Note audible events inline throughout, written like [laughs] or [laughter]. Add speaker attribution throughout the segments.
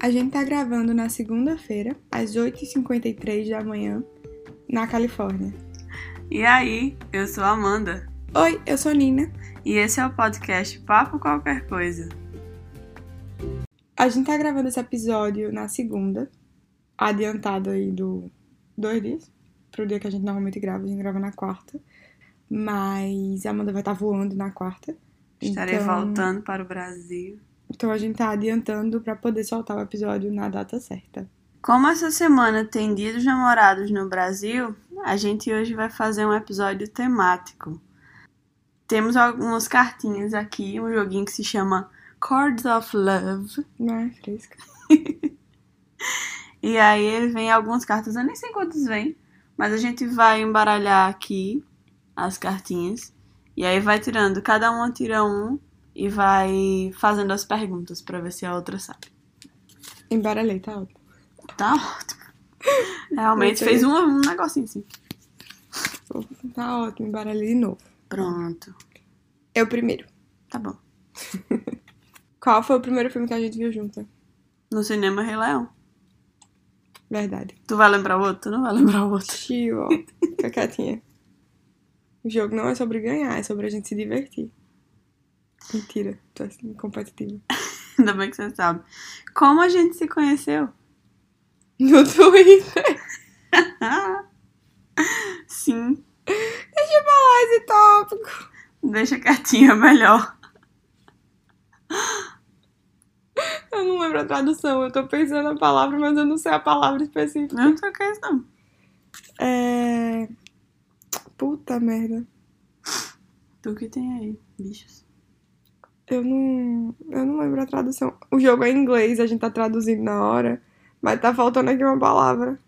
Speaker 1: A gente tá gravando na segunda-feira, às 8h53 da manhã, na Califórnia.
Speaker 2: E aí, eu sou a Amanda
Speaker 1: Oi, eu sou Nina.
Speaker 2: e esse é o podcast Papo Qualquer Coisa.
Speaker 1: A gente tá gravando esse episódio na segunda, adiantado aí do dois dias, pro dia que a gente normalmente grava, a gente grava na quarta. Mas a Amanda vai estar voando na quarta.
Speaker 2: Estarei
Speaker 1: Então-
Speaker 2: voltando para o Brasil.
Speaker 1: Então a gente tá adiantando pra poder soltar o episódio na data certa.
Speaker 2: Como essa semana tem Dia dos Namorados no Brasil, a gente hoje vai fazer um episódio temático. Temos algumas cartinhas aqui, um joguinho que se chama Chords of Love.
Speaker 1: Não é fresca.
Speaker 2: E aí ele vem algumas cartas, eu nem sei quantos vem, mas a gente vai embaralhar aqui as cartinhas. E aí vai tirando, cada uma tira um e vai fazendo as perguntas pra ver se a outra sabe.
Speaker 1: Embaralhei, tá ótimo.
Speaker 2: Tá ótimo. Realmente
Speaker 1: Muito
Speaker 2: fez um, um negocinho assim.
Speaker 1: Tá ótimo, embaralhei de novo.
Speaker 2: Pronto,
Speaker 1: Eu primeiro.
Speaker 2: tá bom.
Speaker 1: Qual foi o primeiro filme que a gente viu junto?
Speaker 2: No cinema Rei Leão.
Speaker 1: Verdade.
Speaker 2: Tu vai lembrar o outro? Tu não vai lembrar [laughs] o outro.
Speaker 1: Chiu, ó. Fica quietinha. O jogo não é sobre ganhar, é sobre a gente se divertir. Mentira, tu é assim, competitiva.
Speaker 2: Ainda bem que você sabe. Como a gente se conheceu? [laughs]
Speaker 1: No [laughs] Twitter.
Speaker 2: Sim,
Speaker 1: Deixa eu falar esse tópico.
Speaker 2: deixa quietinho, é melhor.
Speaker 1: Eu não lembro a tradução, eu tô pensando a palavra, mas eu não sei a palavra específica.
Speaker 2: Eu não sei o que é isso, não.
Speaker 1: É. Puta merda.
Speaker 2: Tu que tem aí, bichos.
Speaker 1: Eu não. Eu não lembro a tradução. O jogo é em inglês, a gente tá traduzindo na hora. Mas tá faltando aqui uma palavra.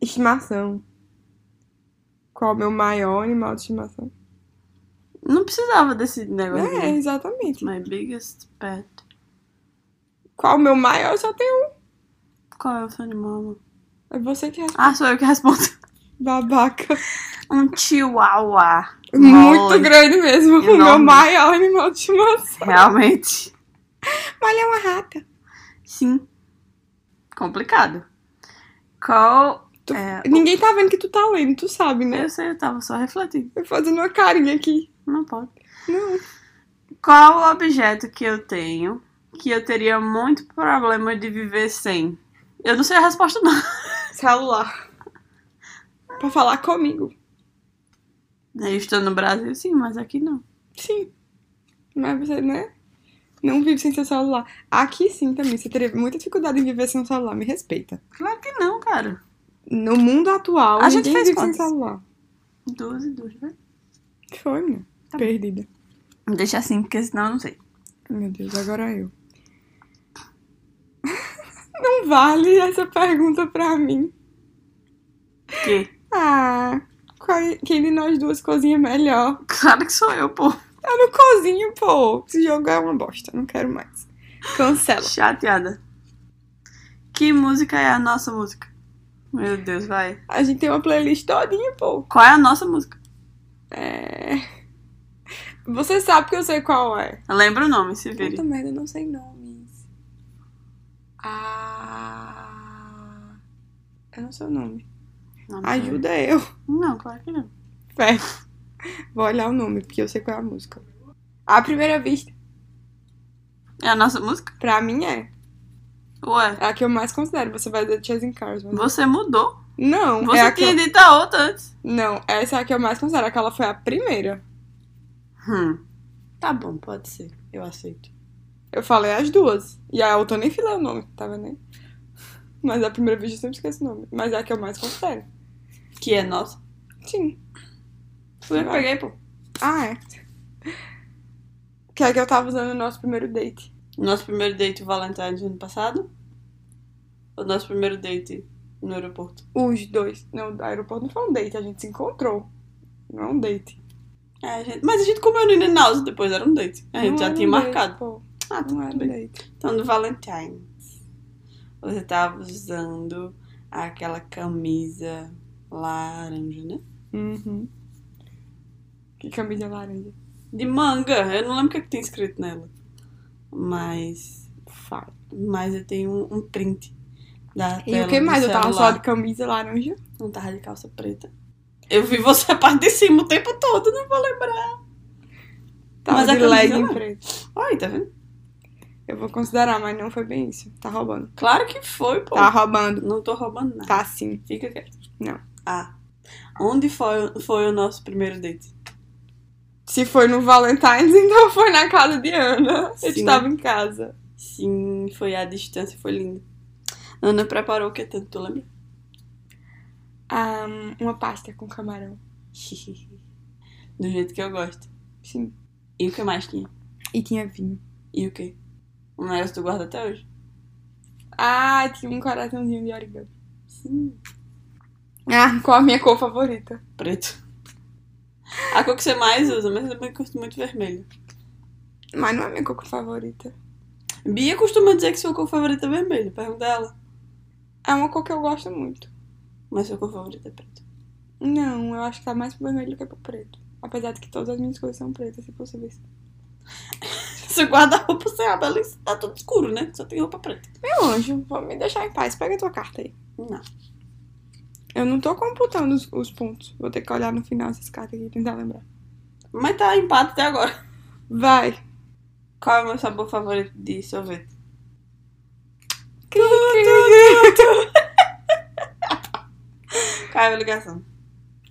Speaker 1: Estimação. Qual o meu maior animal de estimação?
Speaker 2: Não precisava desse negócio.
Speaker 1: É,
Speaker 2: de
Speaker 1: exatamente.
Speaker 2: My biggest pet.
Speaker 1: Qual o meu maior? Eu só tenho.
Speaker 2: Qual é o seu animal? amor?
Speaker 1: É você que é
Speaker 2: Ah, sou eu que respondo. [laughs]
Speaker 1: [laughs] babaca.
Speaker 2: Um chihuahua. Mole.
Speaker 1: Muito grande mesmo. O meu
Speaker 2: Enorme.
Speaker 1: maior animal de estimação.
Speaker 2: Realmente.
Speaker 1: Olha, é uma rata.
Speaker 2: Sim. Complicado. Qual.
Speaker 1: Tu-
Speaker 2: É,
Speaker 1: Ninguém tá vendo que tu tá lendo, tu sabe, né?
Speaker 2: eu sei, eu tava só refletindo.
Speaker 1: Eu fazendo uma carinha aqui.
Speaker 2: Não pode.
Speaker 1: Não.
Speaker 2: Qual o objeto que eu tenho que eu teria muito problema de viver sem? Eu não sei a resposta, não. [laughs]
Speaker 1: Celular. Pra falar comigo.
Speaker 2: Eu estou no Brasil, sim, mas aqui não.
Speaker 1: Sim. Mas você, né? Não vive sem seu celular. Aqui sim também. Você teria muita dificuldade em viver sem um celular. Me respeita.
Speaker 2: Claro que não, cara.
Speaker 1: No mundo atual,
Speaker 2: A gente
Speaker 1: ninguém
Speaker 2: fez
Speaker 1: vive sem
Speaker 2: quantas?
Speaker 1: celular.
Speaker 2: Duas e duas, né?
Speaker 1: Foi, minha.
Speaker 2: Tá bom.
Speaker 1: Perdida.
Speaker 2: Deixa assim, porque senão eu não sei.
Speaker 1: Meu Deus, agora eu. [laughs] Não vale essa pergunta pra mim.
Speaker 2: Que?
Speaker 1: Ah, qual, quem de nós duas cozinha melhor?
Speaker 2: Claro que sou eu, pô.
Speaker 1: Eu não cozinho, pô. Esse jogo é uma bosta. Não quero mais.
Speaker 2: Tá
Speaker 1: Cancela.
Speaker 2: Chateada. Que música é a nossa música? Meu Deus, vai.
Speaker 1: A gente tem uma playlist todinha, pô.
Speaker 2: Qual é a nossa música?
Speaker 1: É. Você sabe que eu sei qual é.
Speaker 2: Lembra o nome, se vire.
Speaker 1: Puta merda, eu não sei nomes. Ah. Eu não sei o nome.
Speaker 2: Não, não sei.
Speaker 1: Ajuda eu. [laughs]
Speaker 2: Não, claro que não.
Speaker 1: Pera. Vou olhar o nome, porque eu sei qual é a música. À primeira vista,
Speaker 2: É a nossa música?
Speaker 1: pra mim é.
Speaker 2: Ué,
Speaker 1: É a que eu mais considero. Você vai dizer Chasing Cars, mas...
Speaker 2: você mudou.
Speaker 1: Não, é
Speaker 2: Você
Speaker 1: a que eu-
Speaker 2: tinha dito a outra antes.
Speaker 1: Não, essa é a que eu mais considero. Aquela foi a primeira.
Speaker 2: Hum. Tá bom, pode ser. Eu aceito.
Speaker 1: Eu falei as duas. E a outra eu nem filei o nome, tá vendo? aí? [laughs] Mas a primeira vez eu sempre esqueço o nome. Mas é a que eu mais considero.
Speaker 2: Que é nossa?
Speaker 1: Sim.
Speaker 2: Fui eu que
Speaker 1: Vai.
Speaker 2: peguei, pô.
Speaker 1: Ah, é. Que é a que eu tava usando no nosso primeiro date.
Speaker 2: Nosso primeiro date Valentine's ano passado? O nosso primeiro date no aeroporto?
Speaker 1: Os dois. Não, o aeroporto não foi um date, a gente se encontrou. Não é um date.
Speaker 2: É, a gente... mas a gente comeu no in depois, era um date. A gente
Speaker 1: Não
Speaker 2: já
Speaker 1: era
Speaker 2: tinha
Speaker 1: um
Speaker 2: marcado.
Speaker 1: Date, pô.
Speaker 2: Ah,
Speaker 1: Não era um
Speaker 2: bem.
Speaker 1: date.
Speaker 2: Então, no Valentine's, você tava usando aquela camisa laranja, né?
Speaker 1: Uhum. Que camisa laranja.
Speaker 2: De manga. Eu não lembro o que, é que tem escrito nela. Mas
Speaker 1: fala.
Speaker 2: Mas eu tenho um, um print da
Speaker 1: E
Speaker 2: tela
Speaker 1: o que
Speaker 2: do
Speaker 1: mais? Eu tava só
Speaker 2: celular.
Speaker 1: de camisa laranja.
Speaker 2: Não tava de calça preta. Eu vi você [laughs] a parte de cima o tempo todo, não vou lembrar.
Speaker 1: Tava
Speaker 2: Mas a
Speaker 1: de
Speaker 2: camisa
Speaker 1: legging
Speaker 2: não.
Speaker 1: preto.
Speaker 2: Ai, tá vendo?
Speaker 1: Eu vou considerar, mas não foi bem isso. Tá roubando.
Speaker 2: Claro que foi, pô.
Speaker 1: Tá roubando.
Speaker 2: Não tô roubando nada.
Speaker 1: Tá sim.
Speaker 2: Fica quieto.
Speaker 1: Não.
Speaker 2: Ah. Onde foi, foi o nosso primeiro date?
Speaker 1: Se foi no Valentine's, [laughs] então foi na casa de Ana. Eu
Speaker 2: Sim.
Speaker 1: estava em casa.
Speaker 2: Sim, foi à distância, foi lindo. Ana preparou o que tanto, tu lembra? [laughs]
Speaker 1: Ah, uma pasta com camarão.
Speaker 2: Do jeito que eu gosto.
Speaker 1: Sim.
Speaker 2: E o que mais tinha?
Speaker 1: E tinha vinho.
Speaker 2: E o que? Um negócio tu guarda até hoje?
Speaker 1: Ah, tinha um coraçãozinho de origami.
Speaker 2: Sim.
Speaker 1: Ah, qual a minha cor favorita?
Speaker 2: Preto. A cor que você mais usa, mas eu também curto muito vermelho.
Speaker 1: Mas não é minha cor favorita.
Speaker 2: Bia costuma dizer que sua cor favorita é vermelho. Pergunta a ela.
Speaker 1: É uma cor que eu gosto muito.
Speaker 2: Mas sua cor favorita é preto.
Speaker 1: Não, eu acho que tá mais pro vermelho do que pro preto. Apesar de que todas as minhas cores são pretas, se possível.
Speaker 2: Seu guarda-roupa sem a bela tá todo escuro, né? Só tem roupa preta.
Speaker 1: Meu anjo, vou me deixar em paz. Pega a tua carta aí.
Speaker 2: Não.
Speaker 1: Eu não tô computando os, os pontos. Vou ter que olhar no final essas cartas aqui e tentar lembrar.
Speaker 2: Mas tá empate até agora.
Speaker 1: Vai.
Speaker 2: Qual é o meu sabor favorito de sorvete?
Speaker 1: Cri, cri, cri.
Speaker 2: Caiu a ligação.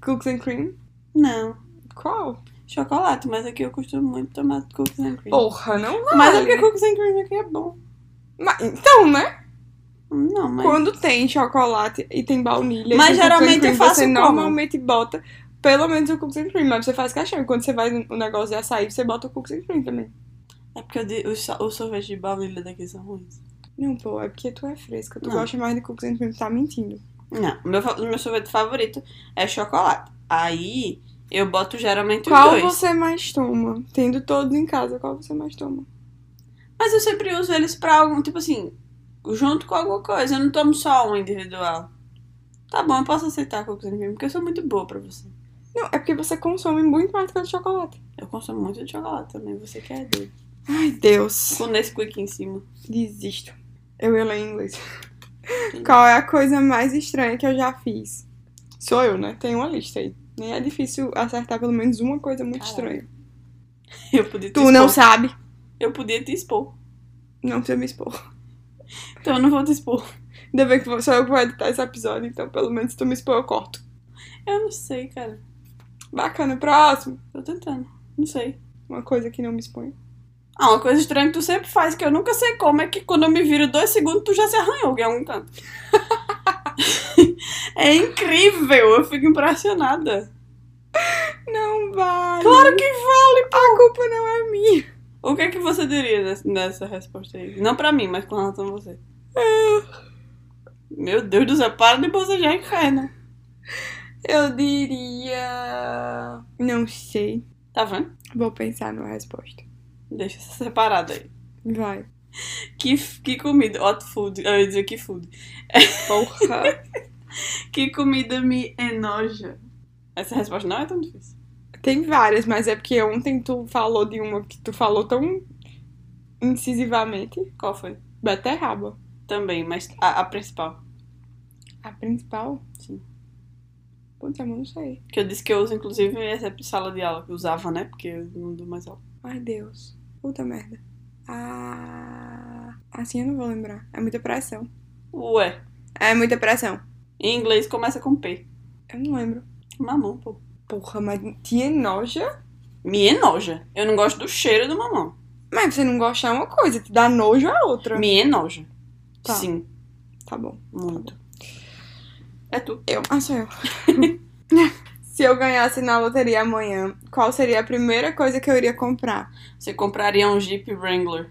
Speaker 1: Cookies and cream?
Speaker 2: Não.
Speaker 1: Qual?
Speaker 2: Chocolate, mas aqui eu costumo muito tomar cookies and cream.
Speaker 1: Porra, não vai.
Speaker 2: Mas é porque cookies and cream aqui é bom.
Speaker 1: Mas- então, né?
Speaker 2: Não, mas...
Speaker 1: Quando tem chocolate e tem baunilha, e
Speaker 2: Mas
Speaker 1: tem
Speaker 2: geralmente
Speaker 1: cookies and cream,
Speaker 2: eu faço
Speaker 1: você
Speaker 2: como?
Speaker 1: normalmente bota pelo menos o cookies and cream, mas você faz caixão. E Quando você vai no negócio de açaí, você bota o cookies and cream também.
Speaker 2: É porque eu di- os, so- os sorvetes de baunilha daqui são ruins.
Speaker 1: Não, pô, é porque tu é fresca. Tu
Speaker 2: Não.
Speaker 1: gosta mais de cookies and cream, tu tá mentindo.
Speaker 2: Não, o meu, fa- o meu sorvete favorito é chocolate. Aí eu boto geralmente
Speaker 1: qual
Speaker 2: os dois.
Speaker 1: você mais toma? Tendo todos em casa, qual você mais toma?
Speaker 2: Mas eu sempre uso eles pra algum, tipo assim, junto com alguma coisa. Eu não tomo só um individual. Tá bom, eu posso aceitar cookies and cream, porque eu sou muito boa pra você.
Speaker 1: Não, é porque você consome muito mais do que o de chocolate.
Speaker 2: Eu consumo muito de chocolate também, você é quer doido.
Speaker 1: Ai, Deus.
Speaker 2: Com Nesquik em cima. [laughs]
Speaker 1: Desisto. Eu ia ler em inglês. Qual é a coisa mais estranha que eu já fiz? Sou eu, né? Tem uma lista aí. Nem é difícil acertar pelo menos uma coisa muito
Speaker 2: Caralho.
Speaker 1: estranha.
Speaker 2: Eu podia te
Speaker 1: Tu
Speaker 2: expor.
Speaker 1: não sabe.
Speaker 2: Eu podia te expor.
Speaker 1: Não precisa me expor.
Speaker 2: Então eu não vou te expor.
Speaker 1: Ainda bem que sou eu que vou editar esse episódio, então pelo menos se tu me expor, eu corto.
Speaker 2: Eu não sei, cara.
Speaker 1: Bacana, próximo.
Speaker 2: Tô tentando. Não sei.
Speaker 1: Uma coisa que não me expõe.
Speaker 2: Ah, uma coisa estranha que tu sempre faz, que eu nunca sei como, é que quando eu me viro dois segundos, tu já se arranhou em algum canto. [laughs] é incrível, eu fico impressionada.
Speaker 1: Não vale.
Speaker 2: Claro que vale!
Speaker 1: A culpa não é minha.
Speaker 2: O que é que você diria nessa, nessa resposta aí? Não pra mim, mas com relação a você. Meu Deus do céu, para de bocejar né? inferno.
Speaker 1: é- Eu diria. Não sei.
Speaker 2: Tá vendo?
Speaker 1: Vou pensar numa resposta.
Speaker 2: Deixa isso separado aí.
Speaker 1: Vai.
Speaker 2: Que, f- que comida, hot food, eu ia dizer que food.
Speaker 1: Porra.
Speaker 2: Que comida me enoja? Essa resposta não é tão difícil.
Speaker 1: Tem várias, mas é porque ontem tu falou de uma que tu falou tão incisivamente.
Speaker 2: Qual foi?
Speaker 1: Beterraba.
Speaker 2: Também, mas a, a principal.
Speaker 1: A principal?
Speaker 2: Sim.
Speaker 1: Putz, eu não sei.
Speaker 2: Que eu disse que eu uso, inclusive, essa sala de aula que eu usava, né? Porque eu não dou mais aula.
Speaker 1: Ai, Deus. Puta merda. Ah. Assim eu não vou lembrar. É muita pressão.
Speaker 2: Ué,
Speaker 1: É muita pressão.
Speaker 2: em inglês começa com P.
Speaker 1: Eu não lembro.
Speaker 2: Mamão, pô.
Speaker 1: Porra, mas te enoja?
Speaker 2: Me enoja. Eu não gosto do cheiro do mamão.
Speaker 1: Mas você não gosta é uma coisa, te dá nojo é outra.
Speaker 2: Me enoja.
Speaker 1: Tá.
Speaker 2: Sim,
Speaker 1: Tá bom.
Speaker 2: muito. É tu.
Speaker 1: Eu. Ah, sou eu. Se eu ganhasse na loteria amanhã, qual seria a primeira coisa que eu iria comprar?
Speaker 2: Você compraria um Jeep Wrangler.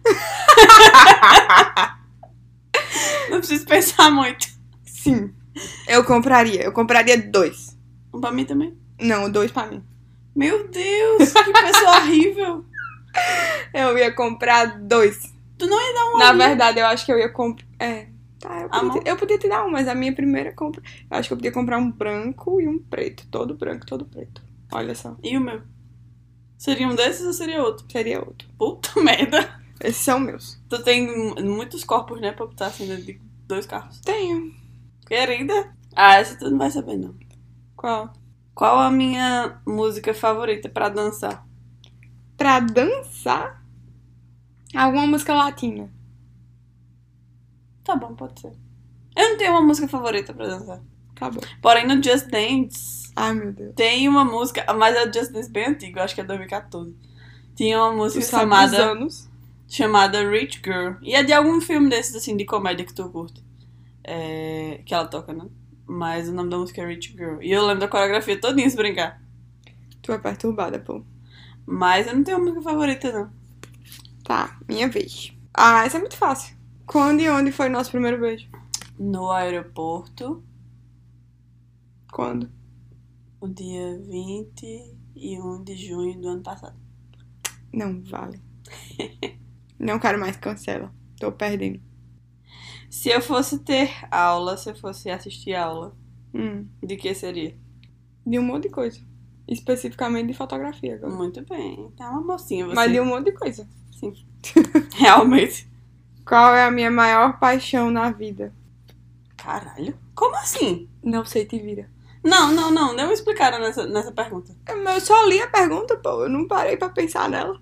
Speaker 2: não preciso pensar muito.
Speaker 1: Sim. Eu compraria. Eu compraria dois.
Speaker 2: Um pra mim também.
Speaker 1: Não, dois pra mim.
Speaker 2: Meu Deus, que pessoa horrível.
Speaker 1: Eu ia comprar dois.
Speaker 2: Tu não
Speaker 1: ia dar um Na verdade, eu acho que eu ia comprar. É. Tá, eu
Speaker 2: Ah,
Speaker 1: podia, te... eu podia te dar um, mas a minha primeira compra. Eu acho que eu podia comprar um branco e um preto. Todo branco, todo preto. Olha só.
Speaker 2: E o meu? Seria um desses ou seria outro?
Speaker 1: Seria outro.
Speaker 2: Puta [laughs] merda.
Speaker 1: Esses são meus.
Speaker 2: Tu tem mu- muitos corpos, né, pra botar assim dentro de dois carros.
Speaker 1: Tenho.
Speaker 2: Querida! Ah, essa tu não vai saber, não.
Speaker 1: Qual?
Speaker 2: Qual a minha música favorita pra dançar?
Speaker 1: Pra dançar? Alguma música latina.
Speaker 2: Tá bom, pode ser. Eu não tenho uma música favorita pra dançar.
Speaker 1: Acabou.
Speaker 2: Porém, no Just Dance,
Speaker 1: Ai, meu Deus.
Speaker 2: Tem uma música, mas é Just Dance bem antigo, acho que é 2014. Tinha uma música
Speaker 1: Tu sabe os
Speaker 2: chamada,
Speaker 1: anos?
Speaker 2: chamada Rich Girl. E é de algum filme desses, assim, de comédia que tu curte. É, que ela toca, né? Mas o nome da música é Rich Girl. E eu lembro da coreografia todinha se brincar.
Speaker 1: Tu é perturbada, pô.
Speaker 2: Mas eu não tenho uma música favorita, não.
Speaker 1: Tá, minha vez. Ah, essa é muito fácil. Quando e onde foi nosso primeiro beijo?
Speaker 2: No aeroporto,
Speaker 1: Quando?
Speaker 2: o dia 21 de junho do ano passado.
Speaker 1: Não vale. [laughs] Não quero mais, cancela. Tô perdendo.
Speaker 2: Se eu fosse ter aula, se eu fosse assistir aula,
Speaker 1: Hum.
Speaker 2: de que seria?
Speaker 1: De um monte de coisa. Especificamente de fotografia agora.
Speaker 2: Muito bem. Tá uma mocinha Hum, você.
Speaker 1: Mas de um monte de coisa.
Speaker 2: [laughs] Realmente.
Speaker 1: Qual é a minha maior paixão na vida?
Speaker 2: Caralho. Como assim?
Speaker 1: Não sei, te vira.
Speaker 2: Não, não, não. Não me explicaram nessa, nessa pergunta.
Speaker 1: Mas eu só li a pergunta, pô. Eu não parei pra pensar nela.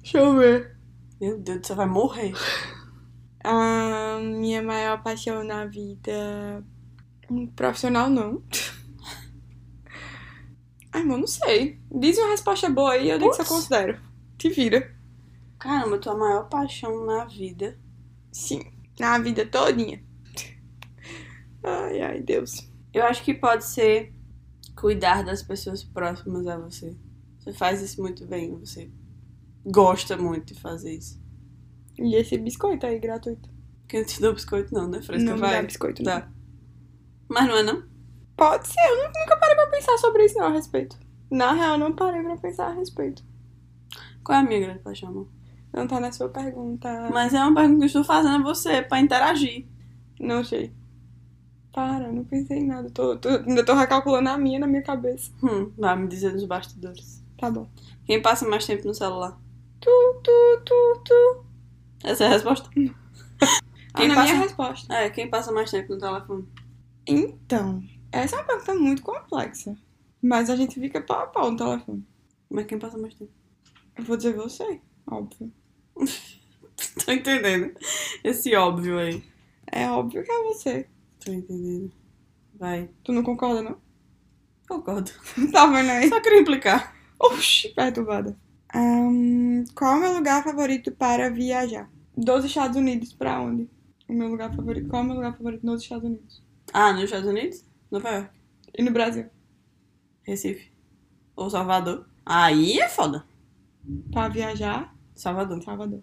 Speaker 1: Deixa eu ver.
Speaker 2: Meu Deus, você vai morrer.
Speaker 1: A minha maior paixão na vida. hum, Profissional, não. [laughs] Ai, mano, não sei. Diz uma resposta boa aí, eu digo se eu
Speaker 2: Putz.
Speaker 1: considero. Te vira.
Speaker 2: Caramba, tua maior paixão na vida.
Speaker 1: Sim. Na vida todinha. Ai, ai, Deus.
Speaker 2: Eu acho que pode ser cuidar das pessoas próximas a você. Você faz isso muito bem. Você gosta muito de fazer isso.
Speaker 1: E esse biscoito aí, gratuito.
Speaker 2: Porque não te dou biscoito, não, né? Fresca
Speaker 1: não me dá
Speaker 2: vai.
Speaker 1: biscoito, não.
Speaker 2: Tá. Mas não é, não?
Speaker 1: Pode ser, eu nu- nunca parei pra pensar sobre isso não a respeito. Na real, não parei pra pensar a respeito.
Speaker 2: Qual é a minha grande paixão, amor?
Speaker 1: Não tá na sua pergunta.
Speaker 2: Mas é uma pergunta que eu estou fazendo a você, pra interagir.
Speaker 1: Não sei. Para, não pensei em nada. Tô, tô- ainda tô recalculando a minha na minha cabeça.
Speaker 2: Hum, vai me dizer nos bastidores.
Speaker 1: Tá bom.
Speaker 2: Quem passa mais tempo no celular?
Speaker 1: Tu, tu, tu, tu.
Speaker 2: Essa é
Speaker 1: [laughs]
Speaker 2: a resposta.
Speaker 1: Ah, na
Speaker 2: passa-
Speaker 1: minha resposta.
Speaker 2: É, quem passa mais tempo no telefone?
Speaker 1: Então, essa é uma pergunta muito complexa. Mas a gente fica pau a pau no telefone.
Speaker 2: Mas quem passa mais tempo?
Speaker 1: Eu vou dizer você, óbvio.
Speaker 2: Tô entendendo. Esse óbvio aí.
Speaker 1: É óbvio que é você.
Speaker 2: Tô entendendo. Vai.
Speaker 1: Tu não concorda, não? [laughs]
Speaker 2: Concordo.
Speaker 1: Tá vendo aí?
Speaker 2: Só queria implicar.
Speaker 1: Oxi, perturbada. Ahn, qual é o meu lugar favorito para viajar? Dos Estados Unidos pra onde? O meu lugar favorito. Qual é o meu lugar favorito nos Estados Unidos?
Speaker 2: Ah, nos Estados Unidos? Nova York.
Speaker 1: E no Brasil?
Speaker 2: Recife. Ou Salvador. Aí é foda.
Speaker 1: Pra viajar,
Speaker 2: Salvador.
Speaker 1: Salvador.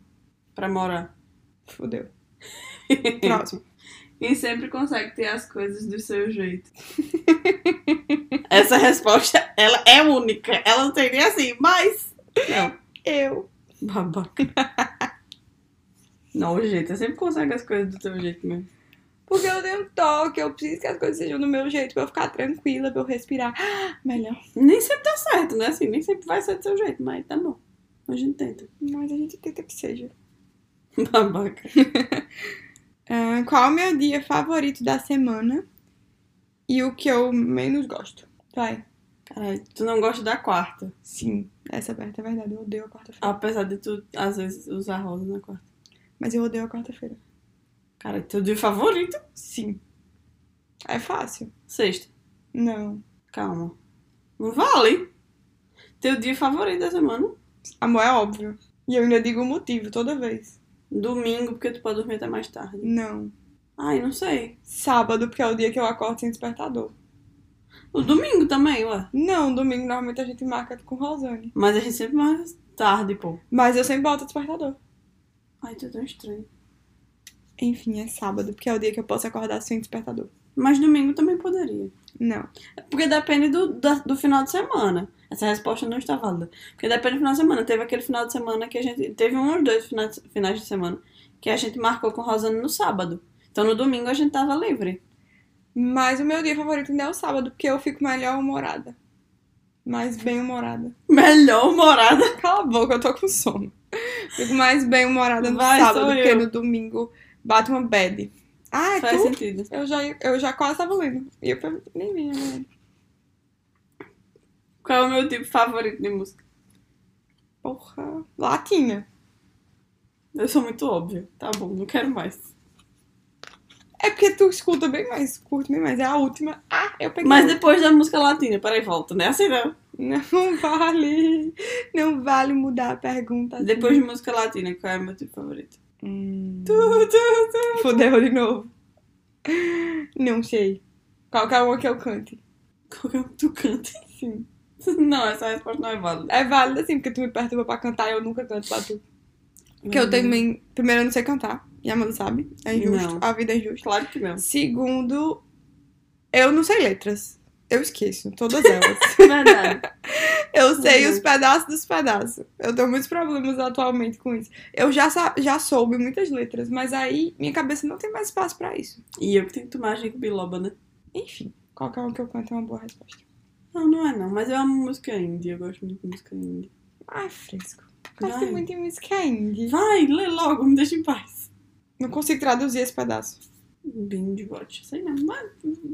Speaker 2: Pra morar.
Speaker 1: Fudeu.
Speaker 2: [laughs]
Speaker 1: Próximo.
Speaker 2: Quem sempre consegue ter as coisas do seu jeito. [laughs] Essa resposta, ela é única. Ela não tem nem assim, mas... Não.
Speaker 1: Eu.
Speaker 2: Babaca. [laughs] Não, jeito, você sempre consegue as coisas do teu jeito mesmo.
Speaker 1: Porque eu tenho toque, eu preciso que as coisas sejam do meu jeito pra eu ficar tranquila, pra eu respirar. Ah, Melhor.
Speaker 2: Nem sempre dá certo, né? Assim, nem sempre vai ser do seu jeito, mas tá bom. A gente tenta. [laughs]
Speaker 1: Mas a gente tenta que seja.
Speaker 2: Babaca.
Speaker 1: Ahn, qual é o meu dia favorito da semana e o que eu menos gosto? Vai.
Speaker 2: Caralho, tu não gosta da quarta.
Speaker 1: Sim, essa aberta é verdade. Eu odeio a quarta-feira.
Speaker 2: Apesar de tu, às vezes, usar rosa na quarta.
Speaker 1: Mas eu odeio a quarta-feira.
Speaker 2: Cara, teu dia favorito?
Speaker 1: Sim. É fácil?
Speaker 2: Sexta.
Speaker 1: Não.
Speaker 2: Calma. Não vale. Teu dia favorito da semana?
Speaker 1: Amor é óbvio. E eu ainda digo o motivo toda vez.
Speaker 2: Domingo, porque tu pode dormir até mais tarde.
Speaker 1: Não.
Speaker 2: Ai, não sei.
Speaker 1: Sábado, porque é o dia que eu acordo sem despertador.
Speaker 2: O domingo também, ué.
Speaker 1: Não, domingo normalmente a gente marca com Rosane.
Speaker 2: Mas a gente sempre mais tarde, pô.
Speaker 1: Mas eu sempre boto despertador.
Speaker 2: Ai, tu é tão estranho.
Speaker 1: Enfim, é sábado, porque é o dia que eu posso acordar sem despertador.
Speaker 2: Mas domingo também poderia.
Speaker 1: Não.
Speaker 2: Porque depende do, da- do final de semana. Essa resposta não está válida. Porque depende do final de semana. Teve aquele final de semana que a gente. Teve um ou dois fina- finais de semana que a gente marcou com Rosana no sábado. Então no domingo a gente tava livre. [laughs]
Speaker 1: Mas o meu dia favorito ainda é o sábado, porque eu fico melhor humorada. Mais bem humorada.
Speaker 2: Melhor morada.
Speaker 1: Cala a boca, eu tô com sono. Fico mais bem-humorada no
Speaker 2: Vai,
Speaker 1: sábado,
Speaker 2: sou
Speaker 1: porque
Speaker 2: eu.
Speaker 1: no domingo bate uma bad. Ah, é
Speaker 2: Faz
Speaker 1: tu?
Speaker 2: sentido.
Speaker 1: Eu já, eu já quase tava lendo. E eu pra- nem vinha, né?
Speaker 2: Qual é o meu tipo favorito de música?
Speaker 1: Porra. Latinha.
Speaker 2: Eu sou muito óbvio. Tá bom, não quero mais.
Speaker 1: É porque tu escuta bem mais, curte bem mais. É a última. Ah, eu peguei.
Speaker 2: Mas depois da música latina, peraí, volta, né? Assim não.
Speaker 1: [laughs] Não vale. Não vale mudar a pergunta. assim.
Speaker 2: Depois de música latina, qual é o meu tipo favorito?
Speaker 1: Hum,
Speaker 2: Tu, tu, tu.
Speaker 1: fudeu de novo. Não sei. Qual que é uma que eu cante?
Speaker 2: Qual que é o que tu canta?
Speaker 1: Sim.
Speaker 2: [laughs] Não, essa resposta não é válida.
Speaker 1: É válido assim, porque tu me perturba pra cantar e eu nunca canto pra tu. Porque É eu
Speaker 2: Hum,
Speaker 1: também. Primeiro, eu não sei cantar. E a Amanda sabe. É injusto.
Speaker 2: Não.
Speaker 1: A vida é injusta.
Speaker 2: Claro que não.
Speaker 1: Segundo, eu não sei letras. Eu esqueço, todas elas.
Speaker 2: é Verdade.
Speaker 1: eu sei
Speaker 2: Uhum.
Speaker 1: os pedaços dos pedaços. Eu tenho muitos problemas atualmente com isso. Eu já, sa- já soube muitas letras, mas aí minha cabeça não tem mais espaço pra isso.
Speaker 2: E eu que tenho que tomar ginkgo biloba, né?
Speaker 1: Enfim, qualquer um que eu canto é uma boa resposta.
Speaker 2: Não, não é não. Mas eu amo música indie. Eu gosto muito de música indie.
Speaker 1: Ai, Ah, é fresco.
Speaker 2: Vai.
Speaker 1: Gosto muito de música indie.
Speaker 2: Vai, lê logo, me deixa em paz.
Speaker 1: Não consigo traduzir esse pedaço.
Speaker 2: Bem de watch, sei não. Mas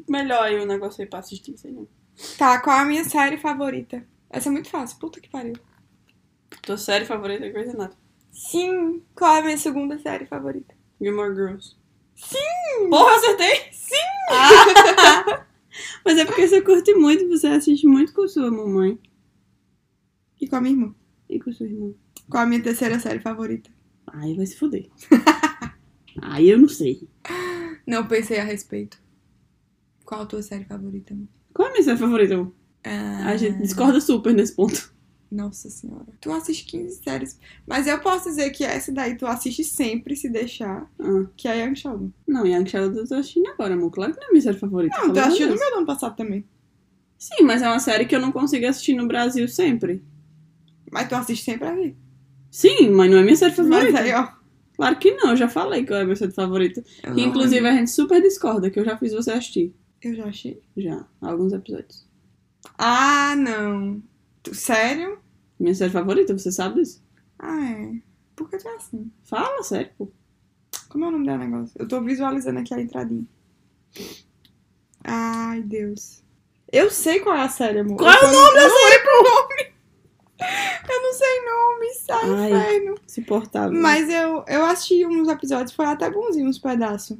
Speaker 2: melhor aí o negócio aí pra assistir, sei não.
Speaker 1: Tá, qual é a minha série favorita? Essa é muito fácil, puta que pariu.
Speaker 2: Tua série favorita é coisa nada.
Speaker 1: Sim, qual é a minha segunda série favorita?
Speaker 2: Gilmore Girls. Sim! Hum. Porra, eu acertei? Sim! Mas é porque você curte muito, você assiste muito com sua mamãe
Speaker 1: E com a minha irmã?
Speaker 2: e com sua irmã.
Speaker 1: Qual é a minha terceira série favorita?
Speaker 2: Aí vai se fuder. [laughs] Aí eu não sei.
Speaker 1: Não pensei a respeito. Qual a tua série favorita? Ah, amor?
Speaker 2: Qual é a minha série favorita? amor? A gente discorda super nesse ponto.
Speaker 1: Nossa senhora. Tu assiste 15 séries. Mas eu posso dizer que essa daí tu assiste sempre, se deixar,
Speaker 2: Ah,
Speaker 1: que é Young Sheldon.
Speaker 2: não, Young Sheldon eu tô assistindo agora, amor. Claro que não é a minha série favorita.
Speaker 1: Não,
Speaker 2: pelo
Speaker 1: tu
Speaker 2: amor de
Speaker 1: assistiu no
Speaker 2: Deus.
Speaker 1: meu do ano passado também.
Speaker 2: Sim, mas é uma série que eu não consigo assistir no Brasil sempre.
Speaker 1: Mas tu assiste sempre ali.
Speaker 2: Sim, mas não é minha série
Speaker 1: Mas
Speaker 2: favorita.
Speaker 1: aí, ó.
Speaker 2: Claro que não, eu já falei que é a minha série favorita.
Speaker 1: eu
Speaker 2: Que,
Speaker 1: não- é-
Speaker 2: inclusive a gente super discorda, que eu já fiz você assistir.
Speaker 1: Eu já achei.
Speaker 2: Já, alguns episódios.
Speaker 1: Ah, não. Tu- sério?
Speaker 2: Minha série favorita, você sabe disso?
Speaker 1: Ah, é. Por que tu é assim?
Speaker 2: Fala, sério, pô.
Speaker 1: Como é o nome do negócio? Eu tô visualizando aqui a entradinha. Ai, Deus. Eu sei qual é a série, amor.
Speaker 2: Qual é o
Speaker 1: Eu só não- Eu não sei pro nome. [laughs] Eu não sei nome, sai,
Speaker 2: Ai.
Speaker 1: inferno.
Speaker 2: Suportável.
Speaker 1: Mas eu, eu assisti uns episódios, foi até bonzinho uns pedaços.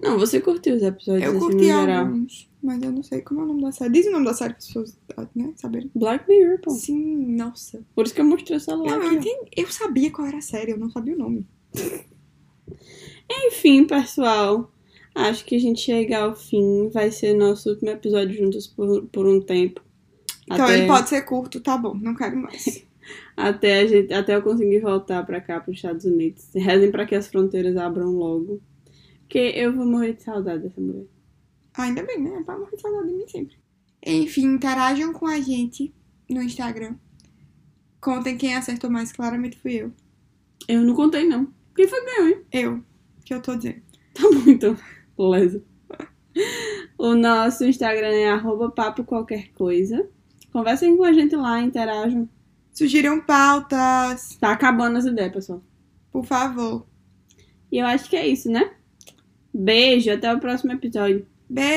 Speaker 2: Não, você curtiu os episódios
Speaker 1: Eu
Speaker 2: assim,
Speaker 1: curti
Speaker 2: no geral.
Speaker 1: alguns, mas eu não sei como é o nome da série. Diz o nome da série para as pessoas né, saberem.
Speaker 2: Black Mirror, pô.
Speaker 1: Sim, nossa.
Speaker 2: Por isso que eu mostrei o celular
Speaker 1: Não, eu,
Speaker 2: aqui. ó.
Speaker 1: entendi- eu sabia qual era a série, eu não sabia o nome.
Speaker 2: Enfim, pessoal. Acho que a gente chega ao fim. Vai ser nosso último episódio juntos por, por um tempo.
Speaker 1: Então
Speaker 2: até,
Speaker 1: ele pode ser curto, tá bom, não quero [laughs] mais.
Speaker 2: até, a gente, até eu conseguir voltar pra cá, pros Estados Unidos. Rezem pra que as fronteiras abram logo. Porque eu vou morrer de saudade dessa mulher.
Speaker 1: Ainda bem, né? Pra morrer de saudade de mim sempre. Enfim, interajam com a gente no Instagram. Contem quem acertou mais, claramente fui eu.
Speaker 2: Eu não contei, não. Quem foi que ganhou, hein? [laughs]
Speaker 1: Eu, que eu tô dizendo.
Speaker 2: Tá bom, então. Beleza. O nosso Instagram é arroba papo qualquer coisa. Conversem com a gente lá, interajam.
Speaker 1: Sugiram pautas,
Speaker 2: Tá acabando as ideias, pessoal.
Speaker 1: por favor.
Speaker 2: E eu acho que é isso, né? Beijo, até o próximo episódio.
Speaker 1: Beijo.